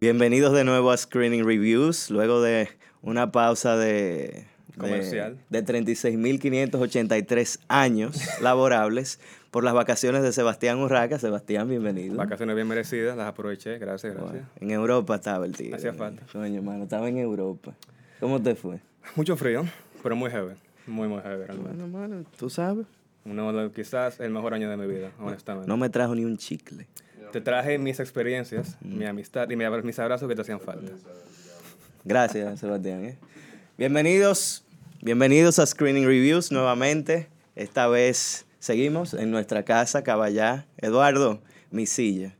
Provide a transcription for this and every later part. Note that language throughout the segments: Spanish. Bienvenidos de nuevo a Screening Reviews, luego de una pausa de... de- Comercial. De, 36.583 años laborables por las vacaciones de Sebastián Urraca. Sebastián, bienvenido. Vacaciones bien merecidas, las aproveché, gracias, gracias. Bueno, en Europa estaba el tío. Hacía falta. Coño, hermano, estaba en Europa. ¿Cómo te fue? Mucho frío, pero muy heavy, muy, muy heavy realmente. hermano, tú sabes. Uno de- quizás el mejor año de mi vida, honestamente. No me trajo ni un chicle. Te traje mis experiencias, mi amistad y mi abra- mis abrazos que te hacían falta. Gracias, Sebastián. ¿eh? Bienvenidos, bienvenidos a Screening Reviews nuevamente. Esta vez seguimos en nuestra casa, Caballá. Eduardo, mi silla.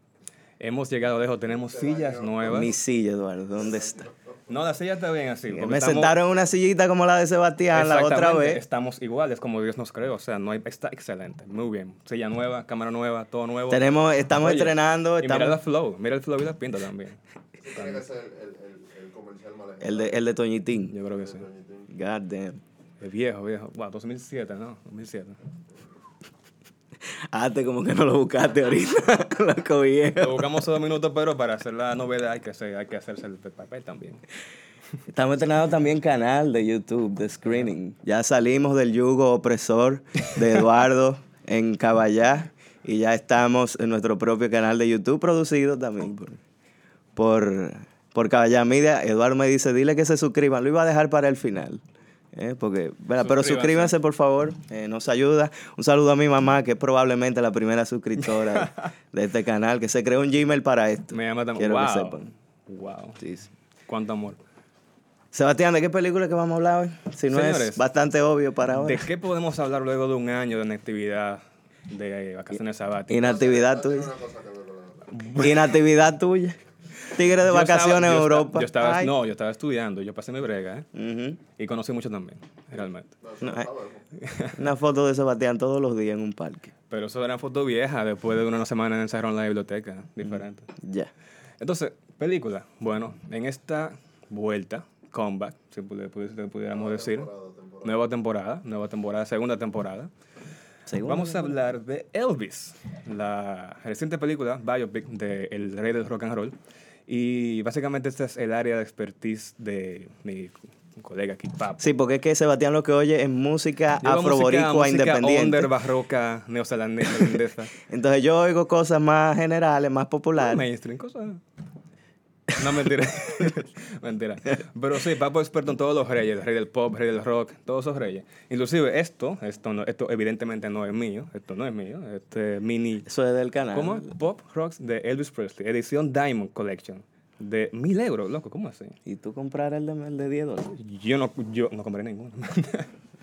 Hemos llegado lejos, tenemos sillas nuevas. Mi silla, Eduardo, ¿dónde está? No, la silla está bien así. porque Me estamos- sentaron en una sillita como la de Sebastián la otra Exactamente, vez. Estamos iguales como Dios nos creó, o sea, no hay, está excelente, muy bien. Silla nueva, cámara nueva, todo nuevo. Tenemos, estamos Oye, estrenando, y mira la estamos, flow, mira el flow y la pinta también. Tiene que ser el, el, el, el comercial mal el de, el de Toñitín. Yo creo que sí. God damn. Es viejo, viejo. Wow, 2007, ¿no? 2007. Hazte como que no lo buscaste ahorita, loco Lo viejo. buscamos hace dos minutos, pero para hacer la novedad hay que, hacer, hay que hacerse el papel también. Estamos estrenando también canal de YouTube, de Screening. Ya salimos del yugo opresor de Eduardo en Caballá y ya estamos en nuestro propio canal de YouTube, producido también por, por, por Caballá Media. Eduardo me dice, dile que se suscriban. Lo iba a dejar para el final. ¿eh? Porque, ¿verdad? Pero Suscríbanse. suscríbanse, por favor. eh, nos ayuda. Un saludo a mi mamá, que es probablemente la primera suscriptora de este canal, que se creó un Gmail para esto. Me llama también. Quiero wow. que sepan. Wow. Sí, sí. Cuánto amor. Sebastián, ¿de qué película que vamos a hablar hoy? Si no es Señores, bastante obvio para hoy. ¿De qué podemos hablar luego de un año de inactividad, de eh, vacaciones sabáticas? Inactividad tuya. Una cosa que me conozco. Inactividad tuya. Tigre de Yo estaba- vacaciones en yo esta- Europa. Yo estaba, Ay. no, yo estaba estudiando, yo pasé mi brega, ¿eh? Ujú. Y conocí mucho también, realmente. No, eso No, no, eh. está bueno. Una foto de Sebastián todos los días en un parque. Pero eso era foto vieja después de una semana encerrado en la biblioteca, diferente. Ya. Entonces, película. Bueno, en esta vuelta, comeback, si pudi- pudi- si pudiéramos decir, nueva temporada, nueva temporada, segunda temporada. Segunda. Vamos a hablar de Elvis, la reciente película biopic de El Rey del Rock and Roll. Y básicamente este es el área de expertise de mi colega aquí, Papo. Sí, porque es que Sebastián lo que oye es música Yo hago afroboricua música, música independiente. Under, barroca, neozelandesa. Entonces yo oigo cosas más generales, más populares. Mainstream, cosas. No, mentira. mentira. Pero sí, Papo es experto en todos los reyes: el rey del pop, el rey del rock, todos esos reyes. Inclusive esto, esto, no- esto evidentemente no es mío, esto no es mío, este mini. Eso es del canal. ¿Cómo? Pop Rocks de Elvis Presley, edición Diamond Collection, de mil euros, loco, ¿cómo así? Y tú comprar el de, el de 10 dólares. Yo no, yo no compré ninguno.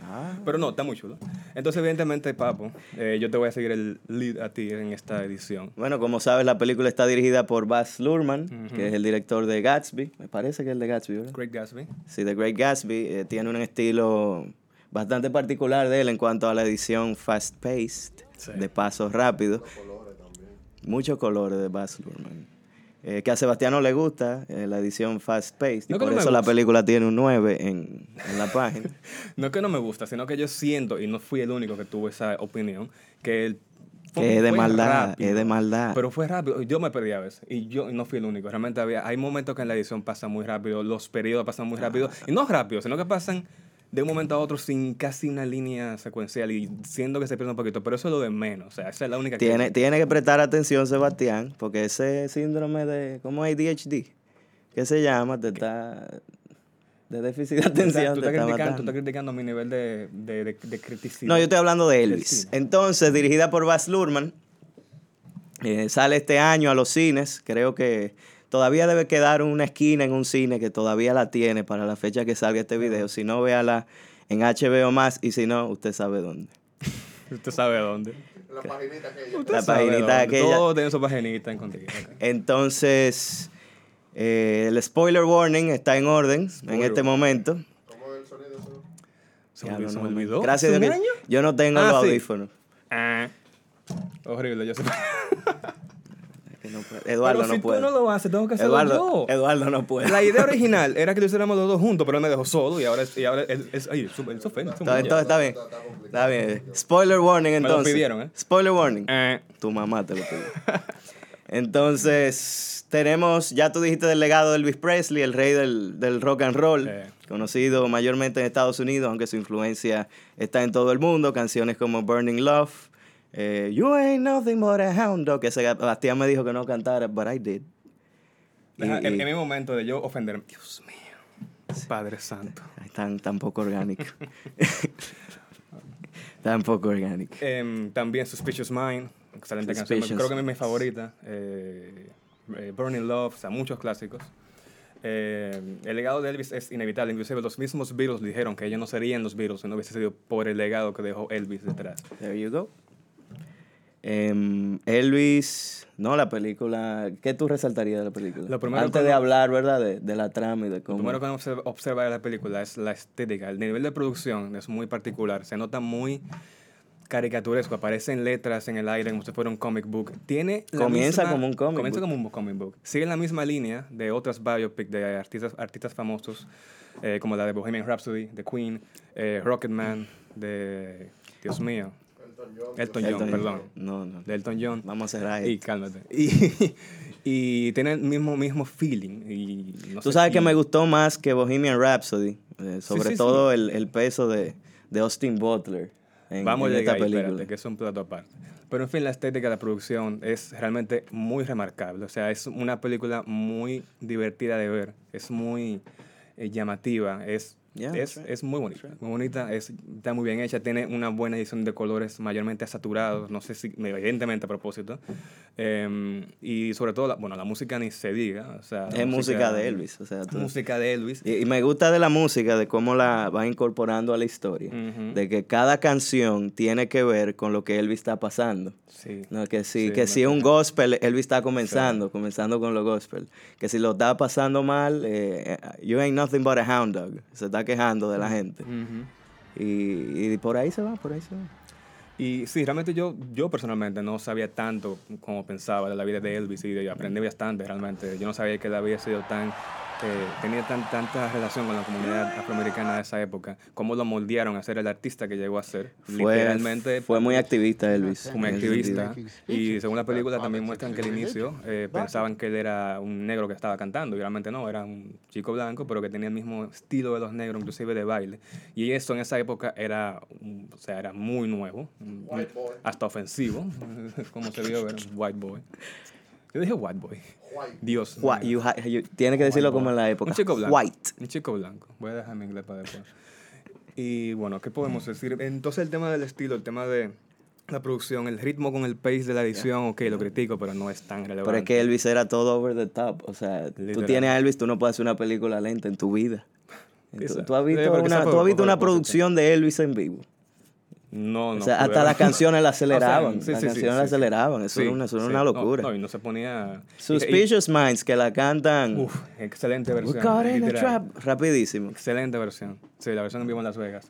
Ah. Pero no, está muy chulo. Entonces, evidentemente, Papo, eh, yo te voy a seguir el lead a ti en esta edición. Bueno, como sabes, la película está dirigida por Baz Luhrmann, que es el director de Gatsby. Me parece que es el de Gatsby, ¿verdad? Craig Gatsby. Sí, The Great Gatsby eh, tiene un estilo bastante particular de él en cuanto a la edición fast-paced, Sí. de pasos rápidos. Muchos colores de Baz Luhrmann. Eh, que a Sebastián no le gusta eh, la edición fast-paced, y No que por no me eso la gusta. película tiene un 9 en, en la página. No es que no me gusta, sino que yo siento, y no fui el único que tuvo esa opinión, que el Que es de fue maldad, rápido, es de maldad. Pero fue rápido, yo me perdí a veces, y yo no fui el único. Realmente había, hay momentos que en la edición pasa muy rápido, los periodos pasan muy rápido, y no rápido, sino que pasan de un momento a otro sin casi una línea secuencial, y siento que se pierde un poquito, pero eso es lo de menos, o sea, esa es la única tiene, tiene que prestar atención, Sebastián, porque ese síndrome de, ¿cómo es ADHD? ¿Qué se llama? Te está... De déficit de que... Tú atención. estás, tú te estás está criticando, tú matando. estás criticando mi nivel de, de, de, de criticidad. No, yo estoy hablando de Elvis. Sí. Entonces, dirigida por Baz Luhrmann, eh, sale este año a los cines. Creo que todavía debe quedar una esquina en un cine que todavía la tiene para la fecha que salga este video. Si no, véala en HBO más y si no, usted sabe dónde. Usted sabe dónde. En la paginita que ella. Usted La sabe paginita dónde. aquella. Todos tienen su paginita en contenido. Entonces, eh, el spoiler warning está en orden en Spoiler este warning. momento. ¿Cómo es el sonido? eso? Se Ya me olvidó, no, se no, me me- olvidó. Gracias a ¿Hace un Dios. año? que Yo no tengo Ah, los sí. audífonos. Ah. Horrible, yo sé. Eduardo pero si no puede. tú no lo haces, tengo que hacerlo Eduardo, yo. Eduardo no puede. La idea original era que lo hiciéramos los dos juntos, pero él me dejó solo y ahora es... Y ahora es, es- ay, su- él se ofende. se Está, humilla. está- está bien. Está bien. Spoiler warning lo entonces. pidieron, ¿eh? Spoiler warning. Eh, Tu mamá te lo pidió. Entonces, tenemos, ya tú dijiste del legado de Elvis Presley, el rey del, del rock and roll, Sí. conocido mayormente en Estados Unidos, aunque su influencia está en todo el mundo. Canciones como Burning Love, eh, You Ain't Nothing But a Hound Dog, que Sebastián me dijo que no cantara, but I did. Y- Deja- en, y- en mi momento de yo ofenderme. Dios mío. Padre Santo. Ay, tan, tan poco orgánico. tan poco orgánico. Em, también Suspicious Mind, excelente canción. Suspicious Creo que es mi Minds. favorita. Eh, eh, Burning Love, o sea, muchos clásicos. Eh, el legado de Elvis es inevitable. Inclusive los mismos Beatles dijeron que ellos no serían los Beatles si no hubiese sido por el legado que dejó Elvis detrás. There you go. Em, Elvis, no, la película. ¿Qué tú resaltarías de la película? Lo primero Antes que de no- hablar, ¿verdad? De, de la trama y de Lo cómo. primero que uno observa, observa de la película es la estética. El nivel de producción es muy particular. Se nota muy caricaturesco. Aparecen letras en el aire como si fuera un comic book. Tiene la Comienza misma- como un comic comienza book. como un comic book. Sigue la misma línea de otras biopic de artistas, artistas famosos, eh, como la de Bohemian Rhapsody, de Queen, eh, Rocketman, de... Dios mío. Elton John. Elton Elton John, John. perdón. No, no. De Elton John. Vamos a cerrar Y ahí. cálmate. Y, y tiene el mismo, mismo feeling. Y, no Tú sé, sabes que y- me gustó más que Bohemian Rhapsody. eh, sobre sí, todo El, el peso de, de Austin Butler en, Vamos en a esta llegar ahí, película. espérate, que es un plato aparte. Pero en fin, la estética de la producción es realmente muy remarcable. O sea, es una película muy divertida de ver. Es muy eh, llamativa. Es, Yeah, es, that's right. es muy bonita. Muy bonita. Es, está muy bien hecha. Tiene una buena edición de colores mayormente saturados. No sé si, evidentemente a propósito. Em, y sobre todo, la- bueno, la música ni se diga. o sea, la es música de Elvis. O sea, tú- Música de Elvis. Y, y me gusta de la música, de cómo la va incorporando a la historia. Ujú. De que cada canción tiene que ver con lo que Elvis está pasando. Sí. No, que sí, Sí, que no si es un sé. gospel, Elvis está comenzando, comenzando con los gospel. Que si lo está pasando mal, eh, you ain't nothing but a hound dog. Se está quejando de la gente. Ujú. Y, y por ahí se va, por ahí se va. Y sí, realmente yo, yo personalmente no sabía tanto como pensaba de la vida de Elvis y de- aprendí bastante realmente. Yo no sabía que él había sido tan, eh, tenía tan, tanta relación con la comunidad afroamericana de esa época, cómo lo moldearon a ser el artista que llegó a ser. Fue, Literalmente pues, fue muy activista Elvis. como en ese activista. sentido. Y según la película también muestran que al inicio eh, pensaban que él era un negro que estaba cantando, y realmente no, era un chico blanco, pero que tenía el mismo estilo de los negros, inclusive de baile. Y eso en esa época era, un- o sea, era muy nuevo, un- White boy. hasta ofensivo, como se vio ver, white boy. Yo dije white boy. White. Dios. Wha- you ha- you- tiene que decirlo como en la época. Un chico blanco. White. Un chico blanco. Voy a dejar mi inglés para después. Y bueno, ¿qué podemos decir? Entonces el tema del estilo, el tema de la producción, el ritmo con el pace de la edición, ok, lo critico, pero no es tan relevante. Pero es que Elvis era todo over the top. O sea, tú Literal. tienes a Elvis, tú no puedes hacer una película lenta en tu vida. Entonces, Exacto. ¿Tú has visto Sí, porque una, esa fue- tú has visto fue una la cosa. producción de Elvis en vivo? No, no. o sea, pude hasta ver. las canciones la aceleraban. O sea, sí, las sí, sí, canciones sí, la sí. aceleraban. Eso Sí, era una, eso era sí. una No, locura. No, y no se ponía... Suspicious Minds, que la cantan. y- y- uf, excelente "We're versión. caught in a literal. trap", Rapidísimo. Excelente versión. Sí, la versión que vimos en Las Vegas.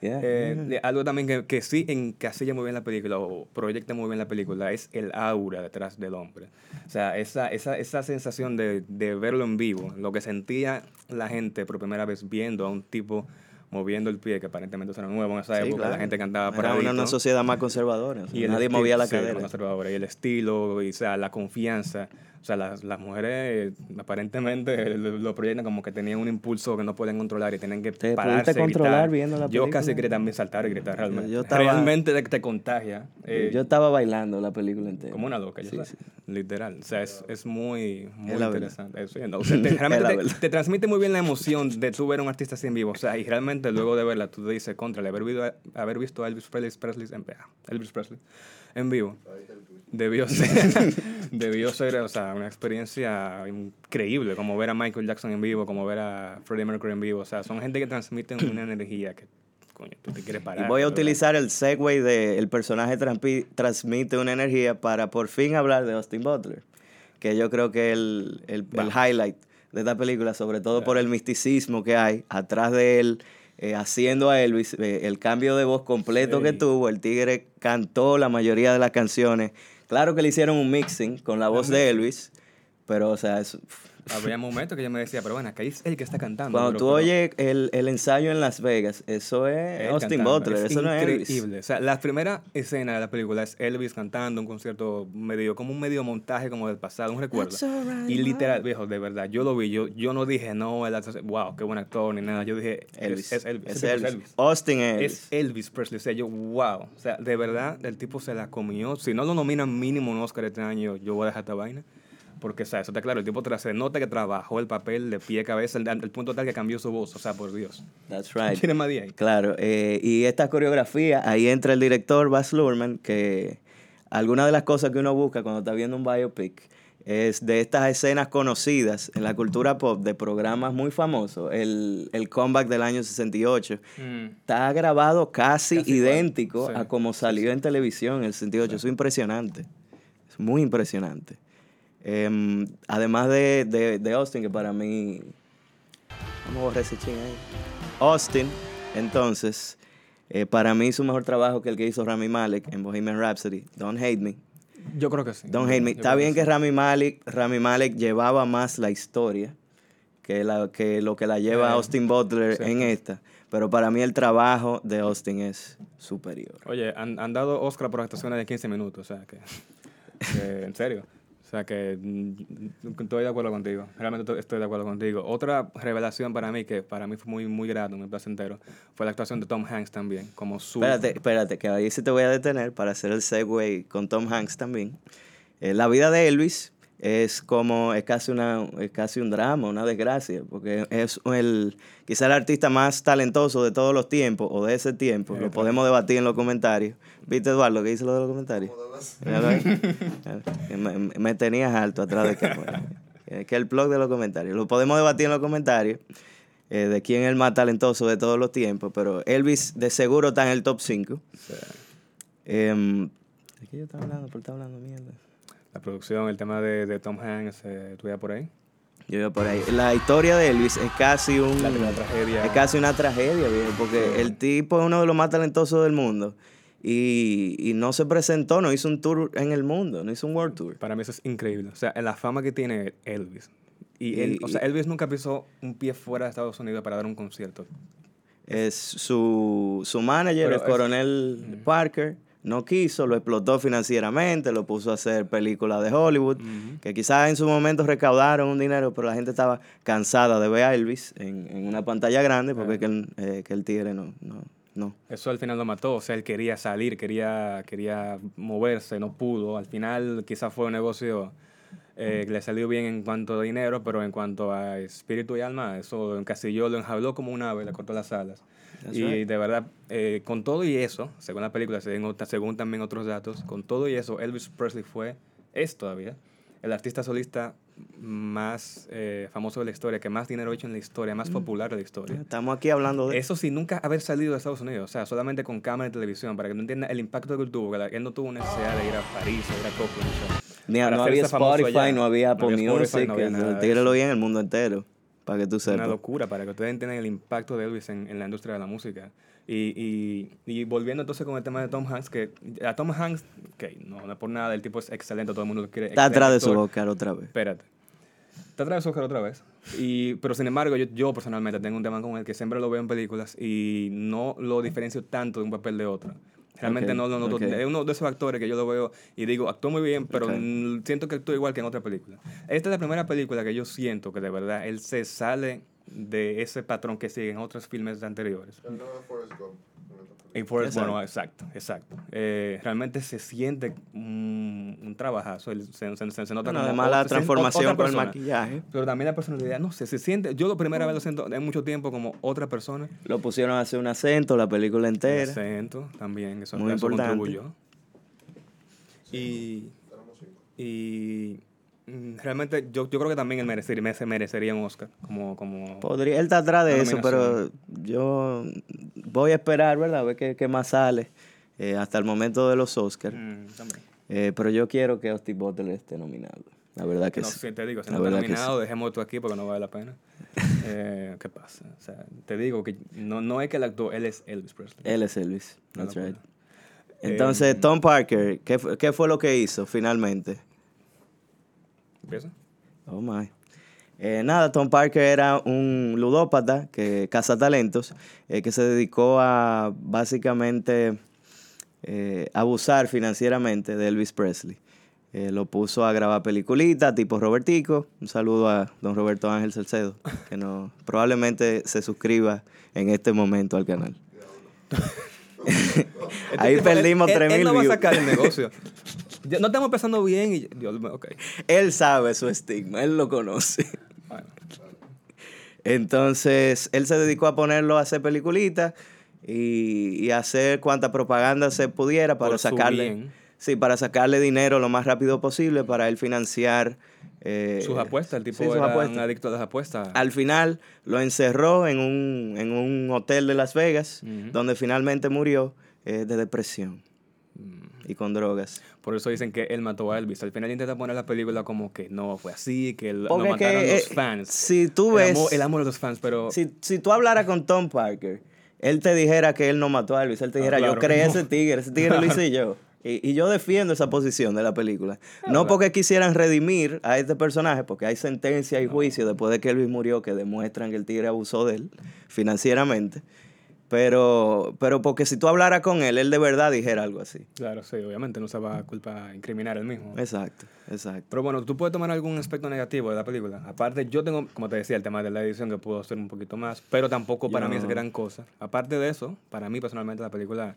Yeah. Eh, de- algo también que, que sí encasilla muy bien la película o proyecta muy bien la película es el aura detrás del hombre. O sea, esa, esa, esa sensación de, de verlo en vivo, lo que sentía la gente por primera vez viendo a un tipo moviendo el pie, que aparentemente eso era nuevo en esa Sí, época, claro. la gente cantaba Era para una, una sociedad más conservadora. o sea, el nadie esti- movía la sí, cadera. más conservadora. Y el estilo, y, o sea, la confianza. O sea, las, las mujeres eh, aparentemente eh, lo, lo proyectan como que tenían un impulso que no pueden controlar y tienen que Te pararse pudiste y controlar gritar. viendo la Yo película. casi quería también saltar y gritar realmente. Yo estaba- Realmente te, te contagia. eh, Yo estaba bailando la película entera. como una loca, yo Sí, sé. sí. Literal. O sea, es, es muy, muy Es la verdad. interesante. Eso, no, o sea, te, Es la realmente te- verdad. te, transmite muy bien la emoción de tú ver a un artista así en vivo. O sea, y realmente luego de verla, tú te dices, contra, haber, vido- haber visto a Elvis Presley, Presley en, ah, Elvis Presley en vivo. Debió ser, debió ser, o sea, una experiencia increíble, como ver a Michael Jackson en vivo, como ver a Freddie Mercury en vivo. O sea, son gente que transmiten una energía que, coño, tú te quieres parar. Y voy a ¿verdad? utilizar el segue de el personaje transpi- transmite una energía para por fin hablar de Austin Butler, que yo creo que es el, el- el highlight de esta película, sobre todo por el misticismo que hay atrás de él, eh, haciendo a Elvis, eh, el cambio de voz completo que Sí. tuvo, el tigre cantó la mayoría de las canciones, claro que le hicieron un mixing con la voz de Elvis, Pero, o sea, es- Había momentos que yo me decía, pero bueno, acá es el que está cantando. cuando Ah, pero- tú pero- oyes el, el ensayo en Las Vegas, eso es Él Eh, Austin cantando. Butler, Es eso no es Elvis. increíble. O sea, la primera escena de la película es Elvis cantando un concierto medio, como un medio montaje como del pasado, un recuerdo. That's alright, Y literal, viejo, de verdad, yo lo vi, yo, yo no dije, no, él hace- wow, qué buen actor, ni nada. Yo dije, es- Elvis. es Elvis. Es ese tipo Elvis. Austin es Elvis. Es Elvis Presley. O sea, yo, wow. O sea, de verdad, el tipo se la comió. Si no lo nominan mínimo un Oscar este año, yo voy a dejar esta vaina. Porque, o sea, eso está claro. El tipo tra- se nota que trabajó el papel de pie a cabeza, al al punto tal que cambió su voz. O sea, por Dios. That's right. ¿Quién es más de ahí? Claro, eh, y esta coreografía, ahí entra el director Baz Luhrmann, que alguna de las cosas que uno busca cuando está viendo un biopic es de estas escenas conocidas en la cultura pop de programas muy famosos, el, el comeback del año 68, está grabado casi, Casi igual, idéntico sí, a como salió en televisión en el 68. Eso es impresionante, es muy impresionante. Em, además de, de- de Austin, que para mí Vamos a borrar ese ching ahí. Austin, entonces, eh, para mí su mejor trabajo que el que hizo Rami Malek en Bohemian Rhapsody, Don't Hate Me. Yo creo que sí. Don't Hate Me. Yo Está creo bien que sí. Rami Malek, Rami Malek llevaba más la historia que, la, que lo que la lleva Eh, Austin Butler cierto. en esta. Pero para mí el trabajo de Austin es superior. Oye, han, han dado Oscar por actuaciones de 15 minutos, o sea que. que, en serio. O sea que mm, estoy de acuerdo contigo. Realmente to- estoy de acuerdo contigo. Otra revelación para mí, que para mí fue muy, muy grato, muy placentero, fue la actuación de Tom Hanks también, como su. Espérate, espérate, que ahí sí te voy a detener para hacer el segue con Tom Hanks también. Eh, la vida de Elvis es como, es casi, una, es casi un drama, una desgracia, porque es el, quizá el artista más talentoso de todos los tiempos, o de ese tiempo, lo podemos debatir en los comentarios. ¿Viste, Eduardo, qué dice lo de los comentarios? Como debes. Míralo ahí. me, me- me tenías alto atrás de que, eh, que el blog de los comentarios. Lo podemos debatir en los comentarios eh, de quién es el más talentoso de todos los tiempos, pero Elvis de seguro está en el top Em, 5. o sea, ¿De qué yo estaba hablando? ¿Por qué estaba hablando mierda? la producción, el tema de, de Tom Hanks, eh, tú ya por ahí. Yo iba por ahí. La historia de Elvis es casi un... La primera tragedia. Es casi una tragedia, viejo, porque el tipo es uno de los más talentosos del mundo. Y, y no se presentó, no hizo un tour en el mundo, no hizo un world tour. Para mí eso es increíble. O sea, la fama que tiene Elvis. Y, él- Y- o sea, Elvis nunca pisó un pie fuera de Estados Unidos para dar un concierto. Es su, su manager, el Pero es- coronel Parker, no quiso, lo explotó financieramente, lo puso a hacer películas de Hollywood, que quizás en su momento recaudaron un dinero, pero la gente estaba cansada de ver a Elvis en, en una pantalla grande, porque es que, el, eh, que el tigre no, no, no. Eso al final lo mató, o sea, él quería salir, quería, quería moverse, no pudo. Al final quizás fue un negocio eh, que le salió bien en cuanto a dinero, pero en cuanto a espíritu y alma, eso lo encasilló, lo enjauló como un ave, le cortó las alas. That's Y right. de verdad, eh, con todo y eso, según la película, según, ota- según también otros datos, con todo y eso, Elvis Presley fue, es todavía, el artista solista más eh, famoso de la historia, que más dinero ha hecho en la historia, Mm. más popular de la historia. Estamos aquí hablando de... Eso sí, nunca haber salido de Estados Unidos, o sea, solamente con cámara de televisión, para que no entiendan el impacto que él tuvo, que la- él no tuvo necesidad de ir a París o ir a Copenhague. o sea, Ni- para no hacerse había famoso Spotify, allá. no había Apple había Spotify, Music, no había el nada de tigre eso. lo veía en el mundo entero, para que tú Una sepas. locura, para que ustedes entiendan el impacto de Elvis en, en la industria de la música. Y, y- y volviendo entonces con el tema de Tom Hanks, que a Tom Hanks, ok, no, no es por nada, el tipo es excelente, todo el mundo lo quiere. Está atrás de su boca Oscar otra vez. Espérate. Te traes Oscar otra vez. Y, pero sin embargo, yo, yo personalmente tengo un tema con el que siempre lo veo en películas y no lo diferencio tanto de un papel de otro. Realmente Ok, no lo noto. ok. Es uno de esos actores que yo lo veo y digo, actúa muy bien, pero Ok. mm, siento que actúa igual que en otra película. Esta es la primera película que yo siento que de verdad él se sale de ese patrón que sigue en otros filmes anteriores. El nuevo de Forrest Gump. en esta película. Y por- Exacto. bueno, exacto, exacto. Eh, realmente se siente un, un trabajazo. el- Se, se- se- se nota Bueno, como además otra- la se- transformación otra con el persona. maquillaje. Pero también la personalidad, no sé, se siente, yo la primera vez lo siento en mucho tiempo como otra persona. Lo pusieron a hacer un acento, la película El entera. acento también, eso, Muy eso importante. contribuyó. Y, Tenemos cinco. y mm, realmente yo, yo creo que también él merecería, merece- merecería un Oscar. Como, como, Podría, él está atrás de Una eso, pero yo voy a esperar, ¿verdad? A ver qué, qué más sale eh, hasta el momento de los Oscars. Mm, también. Eh, pero yo quiero que Austin Butler esté nominado. La verdad que no, sí. sí, te digo, si La no está verdad que nominado, dejemos esto aquí porque no vale la pena. Eh, ¿Qué pasa? O sea, te digo que no, no es que él actuó, él es Elvis Presley. Él es Elvis. Una That's locura. right. Eh, Entonces, Tom Parker, ¿qué, fu- qué fue lo que hizo finalmente? ¿Empieza? Oh my. Eh, nada, Tom Parker era un ludópata, que cazatalentos, eh, que se dedicó a básicamente eh, abusar financieramente de Elvis Presley. Eh, lo puso a grabar peliculitas tipo Robertico. Un saludo a don Roberto Ángel Salcedo, que no, probablemente se suscriba en este momento al canal. Este Ahí tipo, él- perdimos él- 3.000 Él no va a views. sacar el negocio. Ya, no estamos empezando bien y... ya- Dios, mío, ok. Él sabe su estigma, él lo conoce. Bueno. Entonces, él se dedicó a ponerlo a hacer peliculitas y, y hacer cuanta propaganda se pudiera para Por su sacarle. bien. Sí, para sacarle dinero lo más rápido posible para él financiar. eh, Sus apuestas, el tipo sí, sus era un apuestas. adicto a las apuestas. Al final lo encerró en un, en un hotel de Las Vegas, Ujú. donde finalmente murió eh, de depresión Mm. y con drogas. Por eso dicen que él mató a Elvis. Al final intenta poner la película como que no fue así, que él- Porque lo es que, mataron los eh, fans. si tú El ves- amor- el amor de los fans, pero... Si, si tú hablaras con Tom Parker, él te dijera que él no mató a Elvis, él te Ah, dijera, yo claro creé que no". ese tigre, ese tigre lo hice yo. Y, y yo defiendo esa posición de la película. Ah, No porque quisieran redimir a este personaje, porque hay sentencia y juicio después de que Elvis murió que demuestran que el tigre abusó de él financieramente. Pero, pero porque si tú hablaras con él, él de verdad dijera algo así. Claro, sí, obviamente no se va a culpa incriminar él mismo. Exacto, exacto. Pero bueno, tú puedes tomar algún aspecto negativo de la película. Aparte, yo tengo, como te decía, el tema de la edición que pudo ser un poquito más, pero tampoco para mí es Yo- gran cosa. Aparte de eso, para mí personalmente la película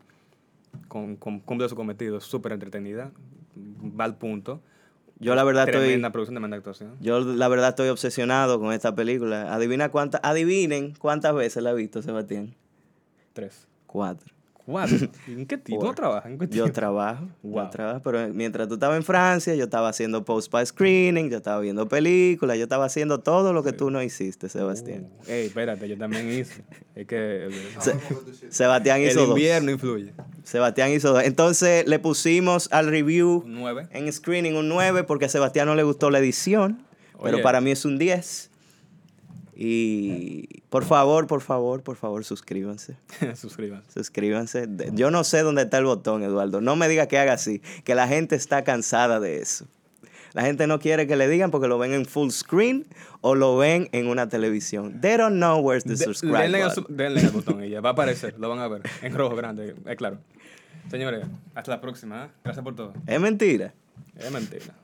con- con- cumple su cometido, es súper entretenida, va al punto. Yo la verdad estoy... Tremenda producción, tremenda actuación. Yo la verdad estoy obsesionado con esta película. Adivina cuántas, adivinen cuántas veces la he visto, Sebastián. Tres. Cuatro. Cuatro. ¿En qué tipo? Four. ¿No trabajas? ¿En qué Yo tiempo? trabajo, yo Wow. trabajo, pero mientras tú estabas en Francia, yo estaba haciendo post para screening, yo estaba viendo películas, yo estaba haciendo todo lo que tú no hiciste, Sebastián. Uh, ey, espérate, yo también hice. Es que el, Sebastián Oh. el hizo dos. invierno influye. Sebastián hizo dos. Entonces le pusimos al review Nueve. en screening un 9 porque a Sebastián no le gustó la edición, pero Oye. para mí es un 10. Y por favor, por favor, por favor, suscríbanse. Suscríbanse. Suscríbanse. De- Yo no sé dónde está el botón, Eduardo. No me diga que haga así, que la gente está cansada de eso. La gente no quiere que le digan porque lo ven en full screen o lo ven en una televisión. They don't know where's the De- subscribe denle, al button. su- denle al botón y ya va a aparecer, lo van a ver en rojo grande, es claro. Señores, hasta la próxima. ¿eh? Gracias por todo. Es mentira. Es mentira.